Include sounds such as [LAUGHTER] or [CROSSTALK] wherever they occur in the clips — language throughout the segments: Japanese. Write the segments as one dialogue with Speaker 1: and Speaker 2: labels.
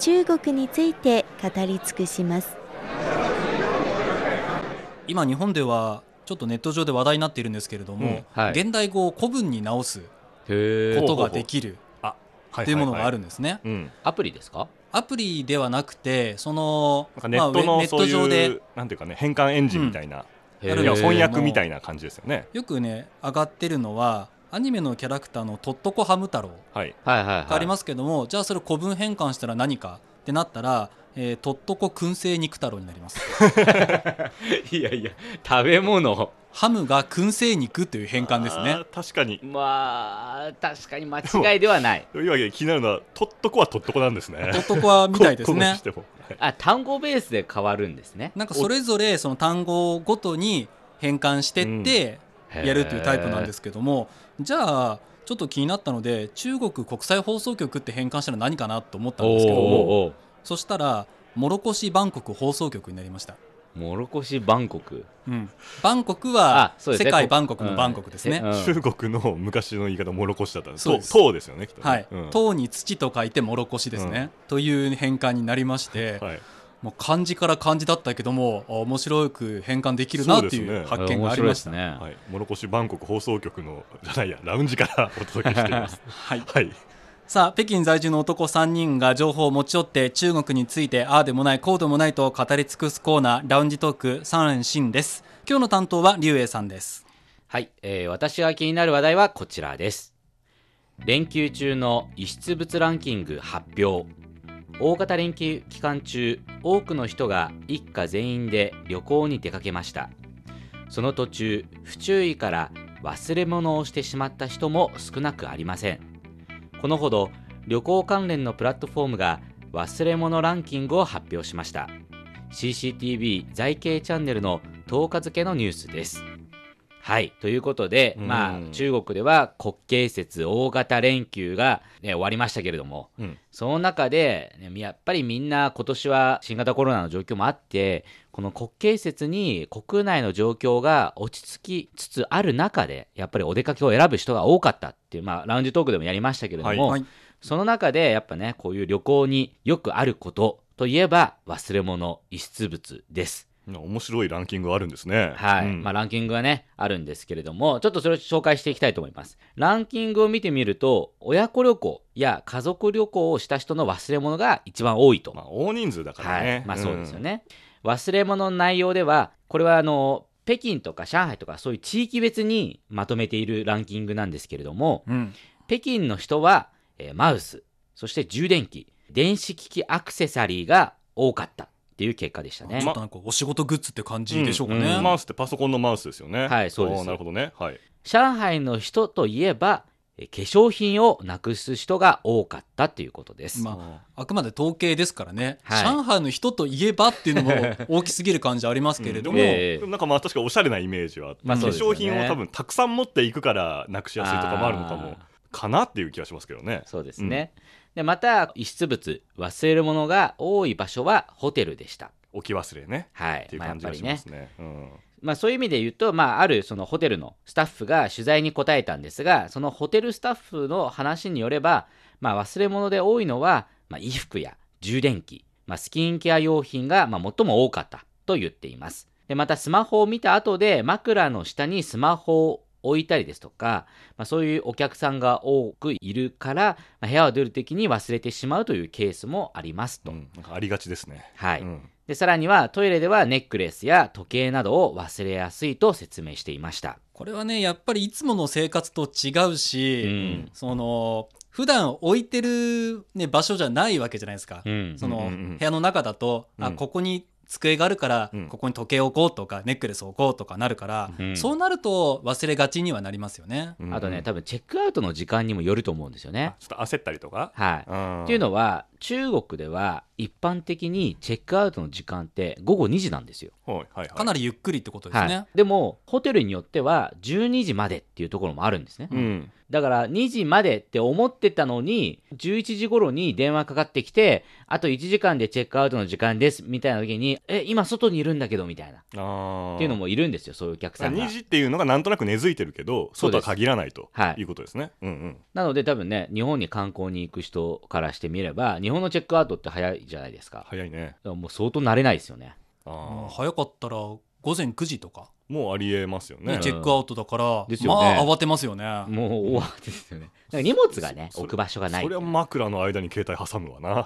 Speaker 1: 中国について語り尽くします。
Speaker 2: 今日本ではちょっとネット上で話題になっているんですけれども、
Speaker 3: うんはい
Speaker 2: 現代語を古文に直す
Speaker 3: へ
Speaker 2: こ
Speaker 3: え
Speaker 2: とができる
Speaker 4: は
Speaker 2: っていうものがあ
Speaker 4: る、
Speaker 2: るんですね。
Speaker 4: うん、
Speaker 3: アプリですか
Speaker 2: アプリではなくてその
Speaker 4: なんかネット
Speaker 2: まあウ
Speaker 4: の
Speaker 2: ェ
Speaker 4: そう
Speaker 2: 上
Speaker 4: い
Speaker 2: で
Speaker 4: うなんていうかね変換エンジンみたいな、
Speaker 3: へ
Speaker 2: あ
Speaker 3: ー
Speaker 2: る
Speaker 4: いや
Speaker 2: へー
Speaker 4: 翻訳みたいな感じですよね
Speaker 2: よくね上がってるのはアニメのキャラクターのとっとこハム太郎
Speaker 4: はい
Speaker 3: はいはいはい
Speaker 2: がありますけども、じゃあそれ古文変換したら何かってなったら、えー、とっとこ燻製肉太郎になります
Speaker 4: [LAUGHS]
Speaker 3: いやいや食べ物
Speaker 2: ハムが燻製肉という変換です
Speaker 4: あ
Speaker 2: ね
Speaker 4: ー確かに
Speaker 3: まあ確かに間違いではない
Speaker 4: というわけで気になるのはとっとこはとっとこなんですね
Speaker 2: とっとこはみたいです
Speaker 4: こうこう
Speaker 2: ね
Speaker 4: してもはい
Speaker 3: あ単語ベースで変わるんですね
Speaker 2: なんかそれぞれその単語ごとに変換してってやるというタイプなんですすけども、じゃあちょっと気になったので中国国際放送局って変換したら何かなと思ったん
Speaker 3: お
Speaker 2: ですけど
Speaker 3: お
Speaker 2: も
Speaker 3: おお
Speaker 2: そしたらモロコシバンコク放送局になりました、
Speaker 3: モロコシバンコク
Speaker 2: うん、バンコクは
Speaker 3: そうですね
Speaker 2: 世界バンコクのバンコクですね、
Speaker 3: うんうん
Speaker 4: 中国の昔の言い方モロコシだったんです
Speaker 2: そうです
Speaker 4: とうですよねきっとね
Speaker 2: はい
Speaker 4: うん
Speaker 2: 唐に土と書いてもろこしですね、という変換になりまして、
Speaker 4: はい
Speaker 2: もう漢字から漢字だったけどもあ面白く変換できるなって
Speaker 4: そう
Speaker 2: い
Speaker 4: で
Speaker 2: う
Speaker 4: すね
Speaker 2: 発見がありました、
Speaker 3: 面白いですね
Speaker 4: はい、モロコシバンコク放送局のじゃないやラウンジからお届けしています
Speaker 2: [LAUGHS] はい、
Speaker 4: はい
Speaker 2: さあ北京在住の男3人が情報を持ち寄って中国についてああでもないこうでもないと語り尽くすコーナーラウンジトーク三連新です今日の担当は劉英さんです
Speaker 3: はい、えー私が気になる話題はこちらです。連休中の輸出物ランキング発表。大型連休期間中、多くの人が一家全員で旅行に出かけました。その途中、不注意から忘れ物をしてしまった人も少なくありません。このほど、旅行関連のプラットフォームが忘れ物ランキングを発表しました。CCTV 財経チャンネルの10日付のニュースです。はい。ということで、
Speaker 4: うん
Speaker 3: まあ、中国では国慶節大型連休が、ね、終わりましたけれども、
Speaker 4: うん
Speaker 3: その中で、ねやっぱりみんな今年は新型コロナの状況もあって、この国慶節に国内の状況が落ち着きつつある中で、やっぱりお出かけを選ぶ人が多かったっていう、まあ、ラウンジトークでもやりましたけれども、
Speaker 2: はい
Speaker 3: その中でやっぱね、こういう旅行によくあることといえば、忘れ物、遺失物です。
Speaker 4: 面白いランキングがあるんですね
Speaker 3: はい。
Speaker 4: うん
Speaker 3: まあ、ランキングがね、あるんですけれども、ちょっとそれを紹介していきたいと思います。ランキングを見てみると、親子旅行や家族旅行をした人の忘れ物が一番多いと。
Speaker 4: まあ、大人数だから
Speaker 3: はい。
Speaker 4: ね、
Speaker 3: まあ、
Speaker 4: ん
Speaker 3: そうですよね。忘れ物の内容では、これはあの、北京とか上海とかそういう地域別にまとめているランキングなんですけれども、
Speaker 2: うん
Speaker 3: 北京の人は、えーマウス、そして充電器、電子機器アクセサリーが多かったっていう結果でしたね。
Speaker 2: ちょっとなんかお仕事グッズって感じでしょうかね、
Speaker 3: うんうん
Speaker 4: マウスってパソコンのマウスですよね
Speaker 3: はいそうです
Speaker 4: おーなるほどねはい
Speaker 3: 上海の人といえば、えー化粧品をなくす人が多かったということです。
Speaker 2: まあくまで統計ですからね、
Speaker 3: はい
Speaker 2: 上海の人といえばっていうのも大きすぎる感じありますけれども、
Speaker 4: うんでも、
Speaker 3: ええ
Speaker 4: なんかまあ確かおしゃれなイメージはあって、
Speaker 3: まあ
Speaker 4: 化
Speaker 3: そうです
Speaker 4: 粧
Speaker 3: よね
Speaker 4: 品を多分たくさん持っていくからなくしやすいとかもあるのかもかなっていう気がしますけどね
Speaker 3: そうですね。で、また、遺失物、忘れるものが多い場所はホテルでした。
Speaker 4: 置き忘れね
Speaker 3: はい。
Speaker 4: っていう
Speaker 3: まあや
Speaker 4: 感
Speaker 3: っ
Speaker 4: じ
Speaker 3: ぱ
Speaker 4: が
Speaker 3: り
Speaker 4: しま
Speaker 3: ね
Speaker 4: す。ね,、うん
Speaker 3: まあそういう意味で言うと、まああるそのホテルのスタッフが取材に答えたんですが、そのホテルスタッフの話によれば、まあ忘れ物で多いのは、まあ衣服や充電器、まあスキンケア用品がまあ最も多かったと言っています。で、またスマホを見た後で枕の下にスマホを置いたりですとか、まあそういうお客さんが多くいるから、まあ、部屋を出る時に忘れてしまうというケースもありますと。
Speaker 4: うんなんかありがちですね
Speaker 3: はい。
Speaker 4: うん
Speaker 3: で、さらにはトイレではネックレスや時計などを忘れやすいと説明していました。
Speaker 2: これはねやっぱりいつもの生活と違うし、
Speaker 3: うん
Speaker 2: その普段置いてる、ね、場所じゃないわけじゃないですか、
Speaker 3: うん
Speaker 2: その、
Speaker 4: うんうんうん
Speaker 2: 部屋の中だと、
Speaker 4: う
Speaker 2: あ
Speaker 4: ん
Speaker 2: ここに机があるから、
Speaker 4: うん
Speaker 2: ここに時計置こうとかネックレス置こうとかなるから、
Speaker 3: うん
Speaker 2: そうなると忘れがちにはなりますよね。
Speaker 4: うん
Speaker 3: あとね、
Speaker 4: ちょ
Speaker 3: 多分チェックアウトの時間にもよると思うんですよね
Speaker 4: っ。と焦ったりとか
Speaker 3: はい。
Speaker 4: っ
Speaker 3: っていうのは、中国では一般的にチェックアウトの時間って午後2時なんですよ。
Speaker 4: はいはいはい
Speaker 2: かなりゆっくりってことですね、
Speaker 3: はい、でもホテルによっては12時までっていうところもあるんですね、
Speaker 4: うん
Speaker 3: だから2時までって思ってたのに11時頃に電話かかってきてあと1時間でチェックアウトの時間ですみたいな時にえ今外にいるんだけどみたいなっ
Speaker 4: あー
Speaker 3: ていうのもいるんですよそういうお客さんが
Speaker 4: 2時っていうのがなんとなく根付いてるけど
Speaker 3: そ
Speaker 4: そうう
Speaker 3: で
Speaker 4: と
Speaker 3: す
Speaker 4: は限らないと
Speaker 3: はい
Speaker 4: いうことですね。うんうん
Speaker 3: なので多分ね日本に観光に行く人からしてみれば日本のチェックアウトって早いじゃないですか
Speaker 4: 早いね
Speaker 3: だからもう相当慣れないですよね
Speaker 2: もう
Speaker 4: あー
Speaker 2: 早かったら午前9時とか
Speaker 4: もうありえますよ
Speaker 2: に
Speaker 4: ね。
Speaker 2: チェックアウトだから、
Speaker 3: ですよ
Speaker 2: ま
Speaker 3: ね
Speaker 2: あ慌てますよね
Speaker 3: もう大慌てです
Speaker 4: [LAUGHS]
Speaker 3: よねだから荷物がね
Speaker 4: そそ
Speaker 3: 置く場所がない
Speaker 4: そりゃ枕の間に携帯挟むわ
Speaker 3: [LAUGHS]
Speaker 4: な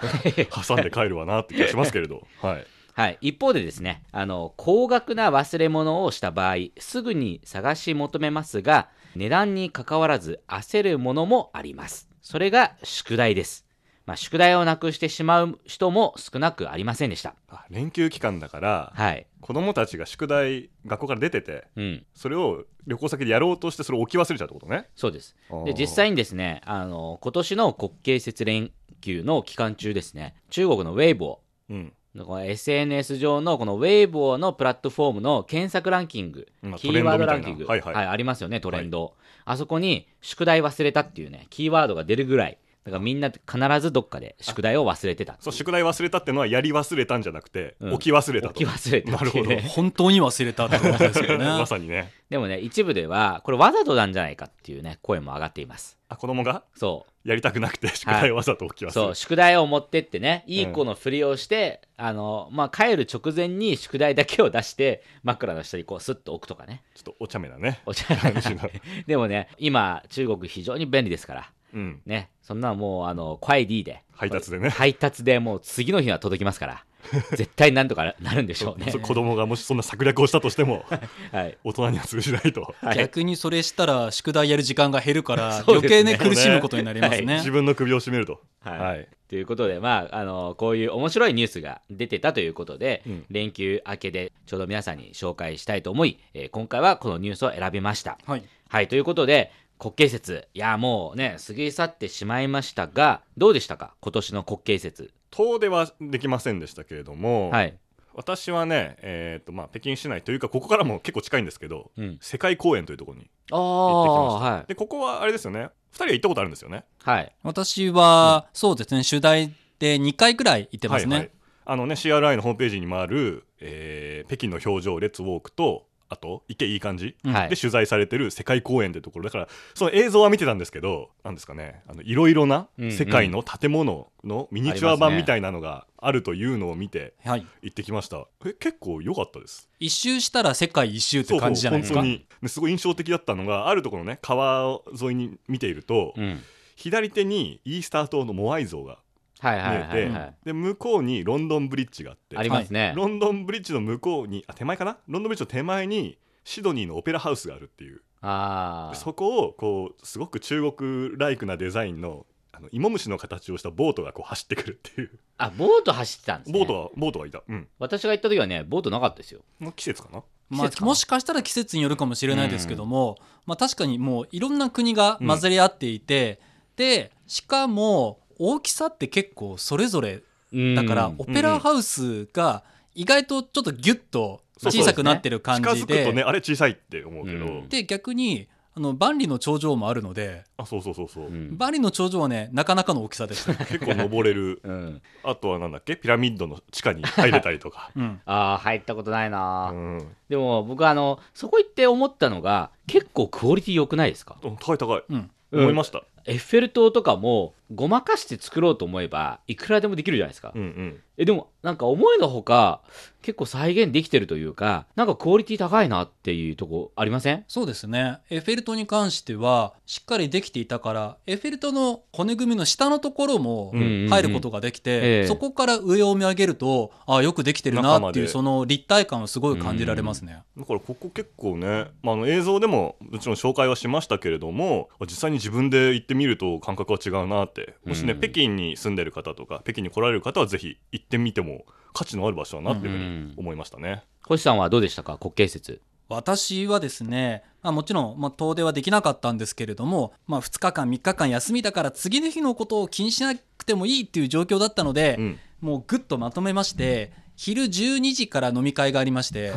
Speaker 4: 挟んで帰るわなって気がしますけれど、はい、
Speaker 3: はい、一方でですねあの高額な忘れ物をした場合すぐに探し求めますが値段にかかわらず焦るものもありますそれが宿題です、まあ、宿題をなくしてしまう人も少なくありませんでした
Speaker 4: あ連休期間だから
Speaker 3: はい、
Speaker 4: 子供たちが宿題学校から出てて
Speaker 3: うん、
Speaker 4: それを旅行先でやろうとしてそれを置き忘れちゃうってことね。
Speaker 3: そうです
Speaker 4: あ
Speaker 3: で
Speaker 4: ー
Speaker 3: 実際にですねあの今年の国慶節連休の期間中ですね中国のウェイボー
Speaker 4: うん
Speaker 3: この SNS 上のこのウェイボーのプラットフォームの検索ランキング、
Speaker 4: まあ
Speaker 3: キーワードランキング、
Speaker 4: トレンドみたいなはいはい
Speaker 3: ありますよね、トレンド、あそこに宿題忘れたっていうね、キーワードが出るぐらい、だからみんな必ずどっかで宿題を忘れてた、
Speaker 4: そう宿題忘れたってのはやり忘れたんじゃなくて、
Speaker 3: うん
Speaker 4: 置き忘れた
Speaker 3: 置
Speaker 4: と
Speaker 3: き忘れたっていう
Speaker 4: な
Speaker 3: ね
Speaker 4: るほ
Speaker 2: 本当に忘れたってことです
Speaker 3: [LAUGHS]
Speaker 2: よね
Speaker 4: [LAUGHS] まさにね
Speaker 3: でもね、一部では、これわざとなんじゃないかっていうね、声も上がっています。
Speaker 4: あ子供が
Speaker 3: そ
Speaker 4: やりたくなくて宿題をわざと置き忘
Speaker 3: う
Speaker 4: れた、
Speaker 3: そう宿題を持ってってねいい子のふりをして、あのまあ、帰る直前に宿題だけを出して枕の下にこうスッと置くとかね
Speaker 4: ちょっとお茶目だね。
Speaker 3: お茶 [LAUGHS] でもね今中国非常に便利ですから
Speaker 4: うん、
Speaker 3: ね、そんなもう、あの、快 D で。
Speaker 4: 配達でね
Speaker 3: 配達でもう次の日には届きますから。絶対なんとかなるんでしょうね
Speaker 4: [LAUGHS] そ。子供がもしそんな策略をしたとしても
Speaker 3: はい。
Speaker 4: 大人には通じないと、
Speaker 3: はい
Speaker 2: 逆にそれしたら宿題やる時間が減るから、
Speaker 3: [LAUGHS] そう
Speaker 2: 余
Speaker 3: ですね
Speaker 2: 計ね苦しむことになりますね、
Speaker 4: 自分の首を絞めると。
Speaker 3: はい
Speaker 4: はい
Speaker 3: ということで、まあ、あの、こういう面白いニュースが出てたということで、
Speaker 4: うん
Speaker 3: 連休明けでちょうど皆さんに紹介したいと思い、えー今回はこのニュースを選びました。
Speaker 2: はい、
Speaker 3: はい。ということで、国慶節。いや、もうね、過ぎ去ってしまいましたが、どうでしたか今年の国慶節。
Speaker 4: 遠出はできませんでしたけれども、
Speaker 3: はい。
Speaker 4: 私はね、えーとまあ、北京市内というかここからも結構近いんですけど、
Speaker 3: うん。
Speaker 4: 世界公園というところに
Speaker 3: あ
Speaker 4: 行っ
Speaker 3: あ、
Speaker 4: てきました、
Speaker 3: はい。
Speaker 4: でここはあれですよね2人は行ったことあるんですよね
Speaker 3: はい。
Speaker 2: 私は、そうですね宿題で2回くらい行ってますね、
Speaker 4: はいはい、あのね CRI のホームページにもある、えー北京の表情レッツウォークとあと行けいい感じ
Speaker 2: うん
Speaker 3: はい
Speaker 4: で取材されてる世界公演というところだからその映像は見てたんですけどなんですかねあのいろいろな
Speaker 3: うんうん
Speaker 4: 世界の建物のミニチュ
Speaker 3: あ
Speaker 4: ア
Speaker 3: ります
Speaker 4: 版
Speaker 3: ね
Speaker 4: みたいなのがあるというのを見て
Speaker 2: はい
Speaker 4: 行ってきました、え結構良かったです
Speaker 2: 一周したら世界一周って感じじゃないです
Speaker 4: そ
Speaker 2: か
Speaker 4: うそう本当にですごい印象的だったのがあるところね川沿いに見ていると、
Speaker 3: うん。
Speaker 4: 左手にイースター島のモアイ像が
Speaker 3: はい
Speaker 4: 見
Speaker 3: はい
Speaker 4: え
Speaker 3: は
Speaker 4: て、
Speaker 3: い、はい。
Speaker 4: で向こうにロンドンブリッジがあって
Speaker 3: ありますね。
Speaker 4: ロンドンブリッジの向こうにあ手前かなロンドンブリッジの手前にシドニーのオペラハウスがあるっていう
Speaker 3: ああ。
Speaker 4: そこをこうすごく中国ライクなデザインのあの芋虫の形をしたボートがこう走ってくるっていう
Speaker 3: あ、ボート走ってたんですね。
Speaker 4: ボートはボートはいたうん
Speaker 3: 私が行った時はね、ボートなかったですよ。
Speaker 4: の季節かな
Speaker 2: ま
Speaker 3: 季節か
Speaker 2: あ、
Speaker 3: な
Speaker 2: もしかしたら季節によるかもしれないですけども、まあ、確かにもういろんな国が混ざり合っていて、でしかも大きさって結構それぞれだから、オペラハウスが意外とちょっとギュッと小さくなってる感
Speaker 4: 近づ
Speaker 2: じ
Speaker 4: くとね
Speaker 2: で
Speaker 4: あれ小さいって思うけど、
Speaker 3: うん
Speaker 2: で逆にあの万里の頂上もあるので
Speaker 4: あそうそうそうそう、
Speaker 3: うん
Speaker 2: 万里の頂上はねなかなかの大きさでした、、
Speaker 4: 結構登れる
Speaker 3: うん
Speaker 4: あとはなんだっけピラミッドの地下に入れたりとか
Speaker 2: うん、
Speaker 3: ああ、入ったことないな、
Speaker 4: うん、
Speaker 3: でも僕、あの、そこ行って思ったのが、結構クオリティ良くないですか
Speaker 4: 高い高い、
Speaker 2: うん
Speaker 4: 思いました、
Speaker 3: エッフェル塔とかも、ごまかして作ろうと思えば、いくらでもできるじゃないですか。
Speaker 4: うんうん
Speaker 3: えでも、なんか思いのほか、結構再現できてるというか、なんかクオリティ高いなっていうとこありません
Speaker 2: そうですねエッフェル塔に関してはしっかりできていたからエッフェル塔の骨組みの下のところも
Speaker 4: うん
Speaker 2: 入ることができて、
Speaker 3: ええ
Speaker 2: そこから上を見上げるとああよくできてるな
Speaker 4: 中
Speaker 2: っ
Speaker 4: ま
Speaker 2: ていう
Speaker 4: で
Speaker 2: その立体感をすごい感じられますね。
Speaker 4: だからここ結構ね、まあ、あの映像でももちろん紹介はしましたけれども実際に自分で行ってみると感覚は違うなってもしね、
Speaker 3: うん
Speaker 4: 北京に住んでる方とか北京に来られる方はぜひ行ってみても価値のある場所だなっていうふうに思いましたね。
Speaker 3: 星さんはどうでしたか国慶節。
Speaker 2: 私はですね、まあ、もちろん、まあ、遠出はできなかったんですけれども、まあ、2日間3日間休みだから次の日のことを気にしなくてもいいっていう状況だったので、
Speaker 4: うん
Speaker 2: もうぐっとまとめまして昼12時から飲み会がありまして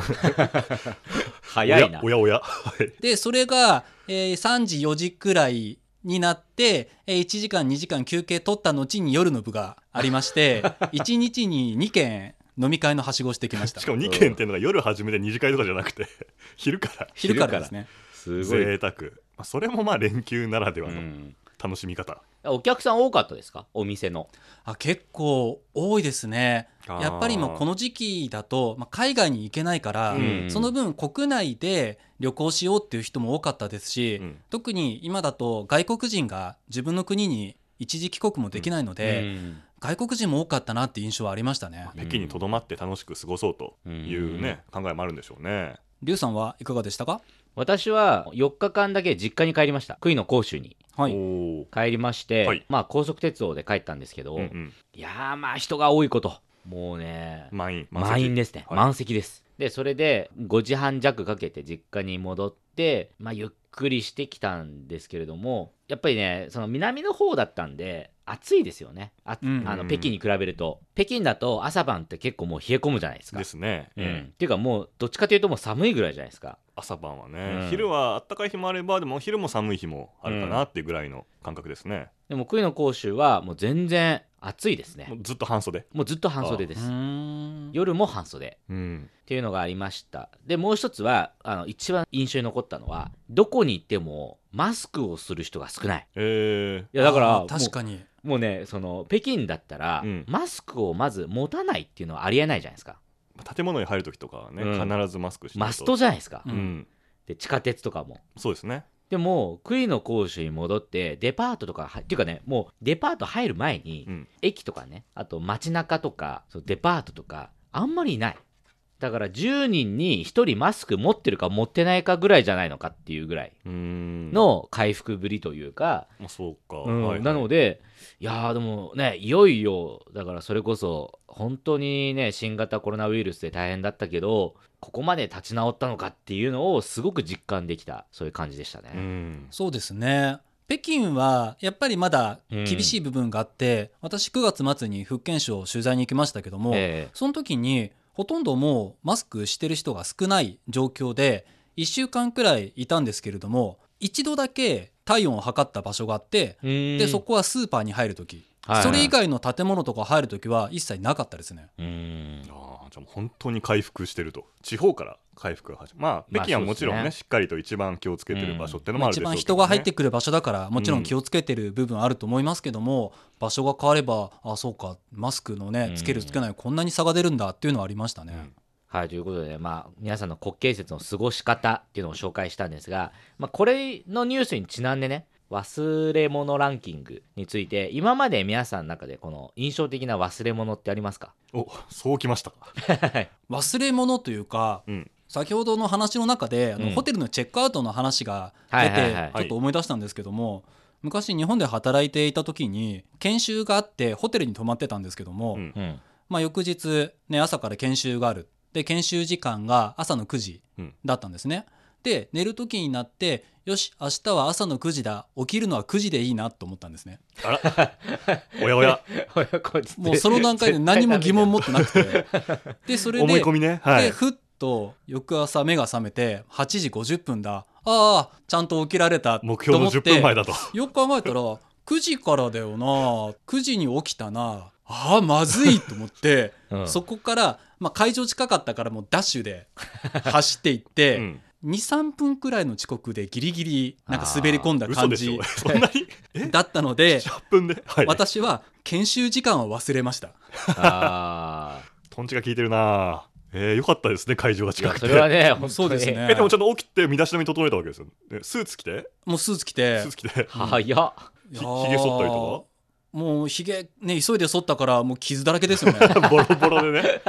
Speaker 3: 早いな
Speaker 4: おや
Speaker 3: [LAUGHS]
Speaker 4: おやおや
Speaker 2: でそれが、えー3時4時くらいになって、えー1時間2時間休憩取った後に夜の部がありまして
Speaker 4: [LAUGHS]
Speaker 2: 1日に2件飲み会のはしごをしてきました
Speaker 4: しかも2件っていうのが夜初めで二次会とかじゃなくて [LAUGHS] 昼から
Speaker 2: 昼からですね
Speaker 3: すごい、
Speaker 4: 贅沢まあそれもまあ連休ならで
Speaker 3: う
Speaker 4: はの
Speaker 3: ん、
Speaker 4: 楽しみ方、
Speaker 3: お客さん多かったですかお店の
Speaker 2: あ結構多いですね
Speaker 4: あー
Speaker 2: やっぱり今この時期だと、まあ、海外に行けないから、
Speaker 4: うん
Speaker 2: その分国内で旅行しようっていう人も多かったですし、
Speaker 4: うん
Speaker 2: 特に今だと外国人が自分の国に一時帰国もできないので、
Speaker 3: うん
Speaker 2: 外国人も多かったなって印象はありましたね
Speaker 4: まあ北京にとどまって楽しく過ごそうというね、考えもあるんでしょうね
Speaker 2: リュウさんはいかがでしたか
Speaker 3: 私は4日間だけ実家に帰りました杭の甲州に
Speaker 2: は
Speaker 4: お
Speaker 2: い
Speaker 4: ー
Speaker 3: 帰りまして、
Speaker 4: はい
Speaker 3: まあ高速鉄道で帰ったんですけど、
Speaker 4: うんうん
Speaker 3: いやーまあ人が多いこともうね
Speaker 4: 満員
Speaker 3: 満員ですね、
Speaker 4: はい
Speaker 3: 満席ですでそれで5時半弱かけて実家に戻って、まあ、ゆっくりしてきたんですけれどもやっぱりねその南の方だったんで暑いですよねあ、
Speaker 2: うん
Speaker 3: あの北京に比べると北京だと朝晩って結構もう冷え込むじゃないですか
Speaker 4: ですね、
Speaker 3: うん、
Speaker 4: ええ
Speaker 3: っていうかもうどっちかというともう寒いぐらいじゃないですか
Speaker 4: 朝晩はね、
Speaker 3: うん
Speaker 4: 昼は暖かい日もあればでも昼も寒い日もあるかなっていうぐらいの感覚ですね、
Speaker 3: でも杭の甲州はもう全然暑いですね
Speaker 4: もうずっと半袖
Speaker 3: もうずっと半袖で
Speaker 2: う
Speaker 3: す
Speaker 2: ーん
Speaker 3: 夜も半袖
Speaker 4: うん
Speaker 3: っていうのがありましたでもう一つはあの一番印象に残ったのはどこに行ってもマスクをする人が少ない
Speaker 4: え
Speaker 3: いやだか
Speaker 2: あ
Speaker 3: ら
Speaker 2: ー
Speaker 3: もう
Speaker 2: 確かに
Speaker 3: もうねその北京だったら、
Speaker 4: うん
Speaker 3: マスクをまず持たないっていうのはありえないじゃないですか
Speaker 4: ー建物に入るときとかはね、
Speaker 3: うん
Speaker 4: 必ずマスクしてると
Speaker 3: マストじゃないですか、
Speaker 2: う
Speaker 4: うんん、
Speaker 3: で地下鉄とかも
Speaker 4: そうですね
Speaker 3: でも杭の講州に戻ってデパートとかはっていうかねもうデパート入る前に、
Speaker 4: うん
Speaker 3: 駅とかねあと街中とかそうデパートとかあんまりいないだから10人に1人マスク持ってるか持ってないかぐらいじゃないのかっていうぐらいう
Speaker 4: ーん
Speaker 3: の回復ぶりというか、
Speaker 4: まあそうか、
Speaker 3: うん
Speaker 4: はいはい
Speaker 3: なのでいやーでもねいよいよだからそれこそ本当にね新型コロナウイルスで大変だったけどここまで立ち直ったのかっていうのをすごく実感できたそういう感じでした
Speaker 4: う
Speaker 3: ね。
Speaker 4: ん
Speaker 2: そうですね北京はやっぱりまだ厳しい部分があって、私9月末に福建省取材に行きましたけども、
Speaker 3: え
Speaker 2: その時にほとんどもうマスクしてる人が少ない状況で1週間くらいいたんですけれども一度だけ体温を測った場所があって、
Speaker 3: えうん
Speaker 2: でそこはスーパーに入る時、
Speaker 3: はいはい
Speaker 2: それ以外の建物とか入る時は一切なかったですね。
Speaker 3: うん
Speaker 4: あーじゃあもう本当に回復してると地方から回復が始まるま
Speaker 3: ま
Speaker 4: あ
Speaker 3: あ
Speaker 4: 北京はもちろんね,、
Speaker 3: そうですね
Speaker 4: しっかりと一番気をつけてる場所ってのも
Speaker 2: まあ
Speaker 4: ある
Speaker 2: 一番
Speaker 4: でしょうけど、ね
Speaker 2: 人が入ってくる場所だからもちろん気をつけてる部分あると思いますけども、場所が変わればあそうかマスクのねつけるつけないこんなに差が出るんだっていうのはありましたね。
Speaker 3: はい、ということで、まあ、皆さんの国慶節の過ごし方っていうのを紹介したんですが、まあ、これのニュースにちなんでね、忘れ物ランキングについて、今まで皆さんの中でこの印象的な忘れ物ってありますか [LAUGHS]
Speaker 4: おそうきました
Speaker 2: 忘れ物というか
Speaker 4: うん
Speaker 2: 先ほどの話の中であの、
Speaker 3: うん
Speaker 2: ホテルのチェックアウトの話が出
Speaker 3: は
Speaker 2: て、
Speaker 3: いはいはい
Speaker 2: ちょっと思い出したんですけども、昔日本で働いていた時に研修があってホテルに泊まってたんですけども、
Speaker 4: うん
Speaker 3: うん。
Speaker 2: まあ、翌日、ね、朝から研修があるで研修時間が朝の9時
Speaker 4: うん
Speaker 2: だったんですね、で寝る時になってよし明日は朝の9時だ起きるのは9時でいいなと思ったんですね
Speaker 4: おやおや
Speaker 2: もうその段階で何も疑問持ってなくて
Speaker 4: [LAUGHS]
Speaker 2: でそれで
Speaker 4: 思い込みねはい
Speaker 2: でふっと翌朝目が覚めて8時50分だああちゃんと起きられた
Speaker 4: 目標の10分前
Speaker 2: だ
Speaker 4: だと
Speaker 2: よく考えたら9時からだよな9時に起きたなああまずいと思って、
Speaker 3: うん
Speaker 2: そこから、まあ、会場近かったからもうダッシュ
Speaker 4: [LAUGHS]
Speaker 2: で走っていって、
Speaker 4: うん
Speaker 2: 23分くらいの遅刻でギリギリなんか滑り込んだ
Speaker 4: 嘘
Speaker 2: 感
Speaker 4: でし
Speaker 2: じ [LAUGHS]
Speaker 4: ょそんなに
Speaker 2: だったの
Speaker 4: [LAUGHS]
Speaker 2: で
Speaker 4: 8分で、はい、
Speaker 2: 私は研修時間は忘れました。
Speaker 3: ああ。
Speaker 4: トンチが効いてるなえー、よかったですね会場が
Speaker 3: い
Speaker 4: 近
Speaker 3: や、
Speaker 4: く
Speaker 3: そ
Speaker 4: て
Speaker 3: れはね、本当に
Speaker 2: そうですね
Speaker 4: [LAUGHS] えでもちゃんと起きて身だしなみ整えたわけですよ、ね、スーツ着て
Speaker 2: もうスーツ着て
Speaker 4: スーツ着て [LAUGHS]
Speaker 3: 早っ。
Speaker 4: ひひげ剃ったりと
Speaker 2: かもうひげね急いで剃ったからもう傷だらけ
Speaker 4: [LAUGHS]
Speaker 2: ですよね
Speaker 4: ボロボロでね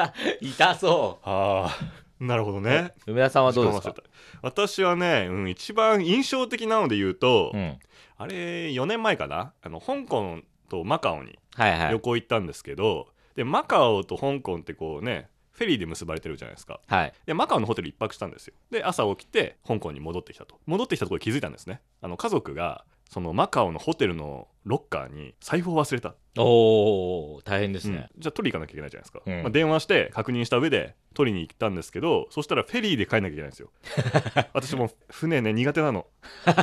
Speaker 3: 痛そ
Speaker 4: ああなるほどね
Speaker 3: う。梅田さんはどうです
Speaker 4: 時間
Speaker 3: か
Speaker 4: 忘れた私はね、うん、一番印象的なので言うと、
Speaker 3: うん。
Speaker 4: あれ4年前かなあの香港とマカオに
Speaker 3: はいは
Speaker 4: 旅
Speaker 3: い。
Speaker 4: 行行ったんですけど、でマカオと香港ってこうねフェリーで結ばれてるじゃないですか
Speaker 3: はい。
Speaker 4: でマカオのホテル一泊したんですよで朝起きて香港に戻ってきたと戻ってきたところで気づいたんですねあの家族がそのマカオのホテルのロッカーに財布を忘れた、
Speaker 3: おお大変ですね、
Speaker 4: うんじゃあ取り行かなきゃいけないじゃないですか、
Speaker 3: うん
Speaker 4: まあ、電話して確認した上で取りに行ったんですけ
Speaker 3: [LAUGHS]
Speaker 4: どそしたらフェリーで帰んなきゃいけないんですよ私もう船ね苦手なの [LAUGHS]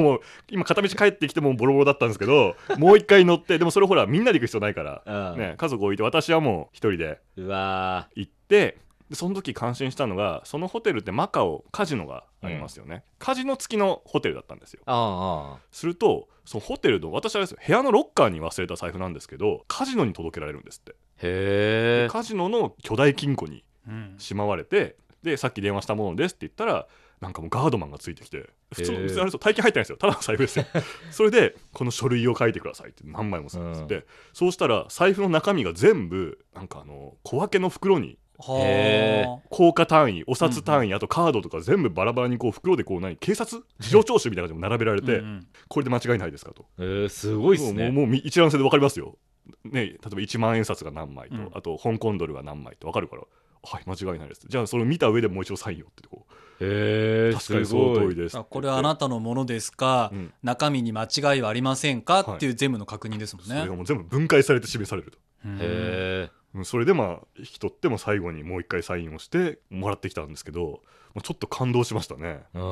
Speaker 4: もう今片道帰ってきてもうボロボロだったんですけどもう一回乗ってでもそれほらみんなで行く必要ないから、
Speaker 3: うん
Speaker 4: ね、家族置いて私はもう一人で
Speaker 3: うわ
Speaker 4: 行ってでその時感心したのがそのホテルってマカオカジノがありますよね、カジノ付きのホテルだったんですよ
Speaker 3: ーああ
Speaker 4: するとそのホテルの私はあれですよ部屋のロッカーに忘れた財布なんですけどカジノに届けられるんですってで
Speaker 3: へえ
Speaker 4: カジノの巨大金庫に
Speaker 2: うん
Speaker 4: しまわれてでさっき電話したものですって言ったらなんかもうガードマンがついてきて普通
Speaker 3: へ
Speaker 4: の
Speaker 3: ー
Speaker 4: 別にあれですよ大金入ってないですよただの財布ですよそれでこの書類を書いてくださいって何枚もするんですって、そうしたら財布の中身が全部なんかあの小分けの袋に
Speaker 2: は
Speaker 3: へ
Speaker 2: あ
Speaker 4: 硬貨単位お札単位、あとカードとか全部バラバラにこう袋でこう何警察事情聴取みたいな感じで並べられて、
Speaker 2: うんうん
Speaker 4: これで間違いないですかと
Speaker 3: えー、すごいっす
Speaker 4: もう
Speaker 3: ね
Speaker 4: もうもう一覧性で分かりますよ、ね、例えば1万円札が何枚と、
Speaker 2: うん
Speaker 4: あと香港ドルが何枚って分かるからはい間違いないですじゃあそれを見た上でもう一度サインをってこう
Speaker 3: へえ
Speaker 4: 確か
Speaker 3: す
Speaker 4: にその
Speaker 3: ご
Speaker 4: 通り
Speaker 3: い
Speaker 4: です
Speaker 2: あこれはあなたのものですか、
Speaker 4: うん
Speaker 2: 中身に間違いはありませんか、っていう全部の確認ですもん
Speaker 4: それ
Speaker 2: ね
Speaker 4: が。もう全部分解されて示されると
Speaker 2: うん
Speaker 3: へえ
Speaker 4: うんそれでまあ引き取っても最後にもう一回サインをしてもらってきたんですけどもうちょっと感動しましたね
Speaker 3: う
Speaker 4: うん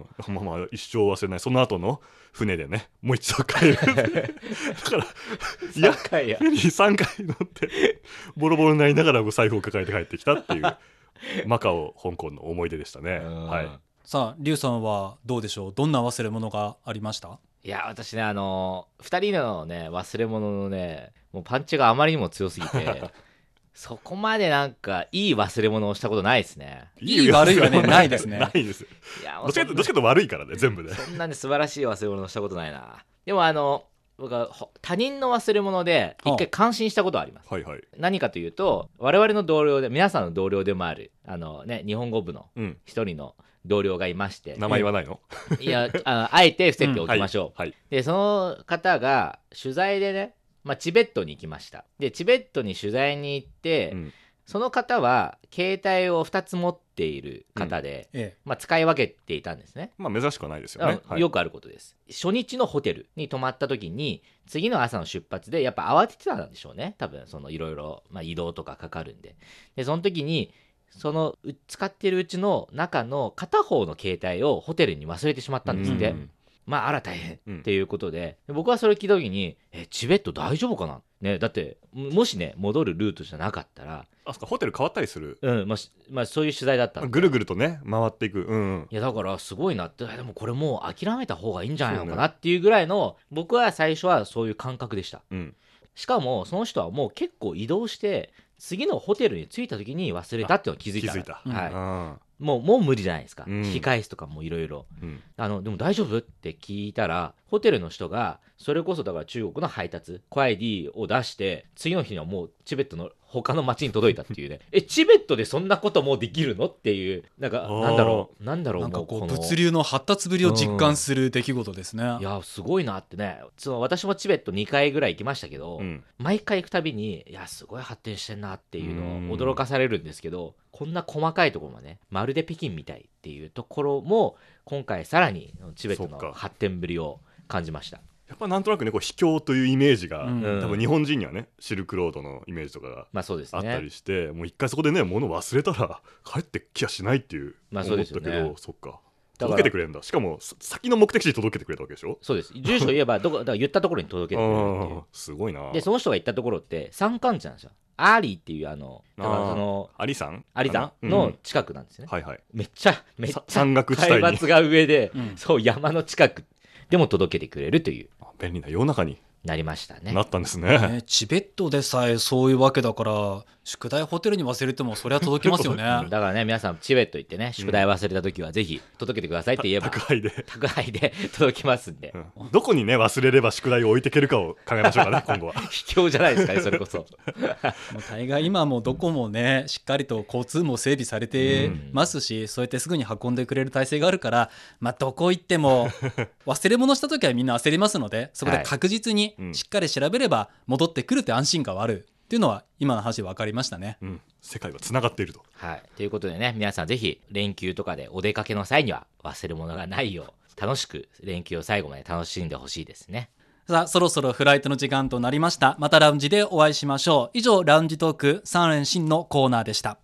Speaker 3: ん
Speaker 4: まあまあ一生忘れないその後の船でねもう一度帰るだからいや
Speaker 3: 3回や
Speaker 4: フェリー3回乗ってボロボロになりながらお財布を抱えて帰ってきたっていうマカオ香港の思い出でしたね。
Speaker 3: うん
Speaker 4: はい
Speaker 2: さあリュウさんはどうでしょうどんな忘れ物がありました
Speaker 3: いや私ねあの2人のね忘れ物のねもうパンチがあまりにも強すぎ [LAUGHS] てそこまでなんかいい忘れ物をしたことないですね
Speaker 2: いい悪いはねないですね
Speaker 4: ないです。ど
Speaker 3: いや
Speaker 4: っちかというとどっちかというと悪いからね全部ね。
Speaker 3: そんなに素晴らしい忘れ物をしたことないなでもあの僕はほ他人の忘れ物で
Speaker 2: はあ
Speaker 3: 一回感心したことあります
Speaker 4: はいはい。
Speaker 3: 何かというと我々の同僚で皆さんの同僚でもあるあのね日本語部の
Speaker 4: うん。
Speaker 3: 一人の同僚がいまして
Speaker 4: 名前言わないの。
Speaker 3: いやああえて伏せておきましょう、
Speaker 4: はい。
Speaker 3: でその方が取材でね、まあ、チベットに行きましたでチベットに取材に行って、
Speaker 4: うん
Speaker 3: その方は携帯を2つ持っている方で、
Speaker 2: え
Speaker 3: まあ、使い分けていたんですね
Speaker 4: まあ珍しくはないですよね。
Speaker 3: うん
Speaker 4: はい
Speaker 3: よくあることです初日のホテルに泊まった時に次の朝の出発でやっぱ慌ててたんでしょうね多分そのいろいろまあ移動とかかかるんででその時にそのう使ってるうちの中の片方の携帯をホテルに忘れてしまったんですって、
Speaker 4: うん
Speaker 3: まあ、あら大変
Speaker 4: うん
Speaker 3: っていうことで、僕はそれ聞いた時に、え、チベット大丈夫かなね、だって、ももしね、戻るルートじゃなかったら、
Speaker 4: あそっかホテル変わったりする。
Speaker 3: うん、まあ、しまあ、そういう取材だったんで
Speaker 4: ぐるぐるとね回っていく。うんうん。
Speaker 3: いや、だから、すごいなって、えでもこれもう諦めた方がいいんじゃないのか
Speaker 4: そう
Speaker 3: な
Speaker 4: ね
Speaker 3: っていうぐらいの、僕は最初はそういう感覚でした。
Speaker 4: うん。
Speaker 3: しかも、その人はもう結構移動して、次のホテルに着いた時に忘れたっていうのを気づいた。
Speaker 4: 気づいた
Speaker 3: はい。
Speaker 4: あ
Speaker 3: もう、もう無理じゃないですか。
Speaker 4: うん
Speaker 3: 引き返すとかもいろいろ。
Speaker 4: ーうん。
Speaker 3: あの、でも大丈夫って聞いたら、ホテルの人が、それこそだから中国の配達、コアイディを出して、次の日にはもうチベットの他の町に届いたっていうね。え、チベットでそんなこともうできるのっていう、なんか、
Speaker 4: あー
Speaker 3: なんだろう、なんだ
Speaker 2: え
Speaker 3: ろう、
Speaker 2: なんか
Speaker 3: もう
Speaker 2: こ
Speaker 3: こ
Speaker 2: う
Speaker 3: の。
Speaker 2: 物流の発達ぶりを実感する出来事ですね。
Speaker 3: いや、すごいなってね。その私もチベット2回ぐらい行きましたけど、
Speaker 4: うん。
Speaker 3: 毎回行くたびに、いや、すごい発展してんなっていうの
Speaker 4: う
Speaker 3: を
Speaker 4: ん
Speaker 3: 驚かされるんですけど、こんな細かいところもね、まるで北京みたいっていうところも、今回さらにチベット
Speaker 4: そっ
Speaker 3: の
Speaker 4: か
Speaker 3: 発展ぶりを感じました。
Speaker 4: やっぱなんとなくねこう秘境というイメージが、
Speaker 2: うん
Speaker 4: 多分日本人にはねシルクロードのイメージとかが
Speaker 3: まあそうです
Speaker 4: あ
Speaker 3: ね。
Speaker 4: ったりして、もう一回そこでね物忘れたら帰ってきやしないっていう
Speaker 3: ま
Speaker 4: 思
Speaker 3: あ
Speaker 4: っ
Speaker 3: そう
Speaker 4: た
Speaker 3: で
Speaker 4: け
Speaker 3: すよ
Speaker 4: ど、
Speaker 3: ね
Speaker 4: そっか
Speaker 3: だから
Speaker 4: 届けてくれるんだしかもさ先の目的地に届けてくれたわけでしょ
Speaker 3: そうです。住所言えばどこ、だから言ったところに届けてくれるってい
Speaker 4: [LAUGHS] ああすごいな
Speaker 3: う。で、その人が行ったところって、山間地なんですよ。アーリーっていう、あの、だからその、
Speaker 4: アリさん
Speaker 3: アリ山
Speaker 4: かなう
Speaker 3: の
Speaker 4: ん
Speaker 3: 近くなんですよね。
Speaker 4: はいはい
Speaker 3: めっちゃ、めっ
Speaker 4: さ
Speaker 3: ちゃ、
Speaker 4: 山岳地
Speaker 3: 海
Speaker 4: 帯に
Speaker 3: 抜が上で、
Speaker 2: うん
Speaker 3: そう、山の近くでも届けてくれるという、
Speaker 4: あ便利な世の中に
Speaker 3: なりましたね。
Speaker 4: なったんですね
Speaker 2: ねチベットでさえそういうわけだから宿題ホテルに忘れてもそりゃ届きますよね。
Speaker 3: うんだからね、皆さん、チベット行ってね、宿題忘れた時は、ぜひ届けてくださいって言えば
Speaker 4: 宅、配で、
Speaker 3: [LAUGHS] 宅配で届きますんで
Speaker 4: う、んどこにね忘れれば宿題を置いていけるかを考えましょうか
Speaker 3: [LAUGHS]
Speaker 4: ね今後は
Speaker 3: 卑怯じゃないですかね、それこそ。
Speaker 2: もう大概今もうどこもねしっかりと交通も整備されてますし、そうやってすぐに運んでくれる体制があるから、まあ、どこ行っても忘れ物した時はみんな焦りますのでそこで確実に
Speaker 4: はいうん
Speaker 2: しっかり調べれば戻ってくるって安心感はあるっていうのは今の話で分かりましたね。
Speaker 4: うん世界はつながっていると
Speaker 3: はい。ということでね、皆さんぜひ連休とかでお出かけの際には忘れ物がないよう、楽しく連休を最後まで楽しんでほしいですね。
Speaker 2: さあ、そろそろフライトの時間となりました。またラウンジでお会いしましょう。以上、ラウンジトーク3連新のコーナーでした。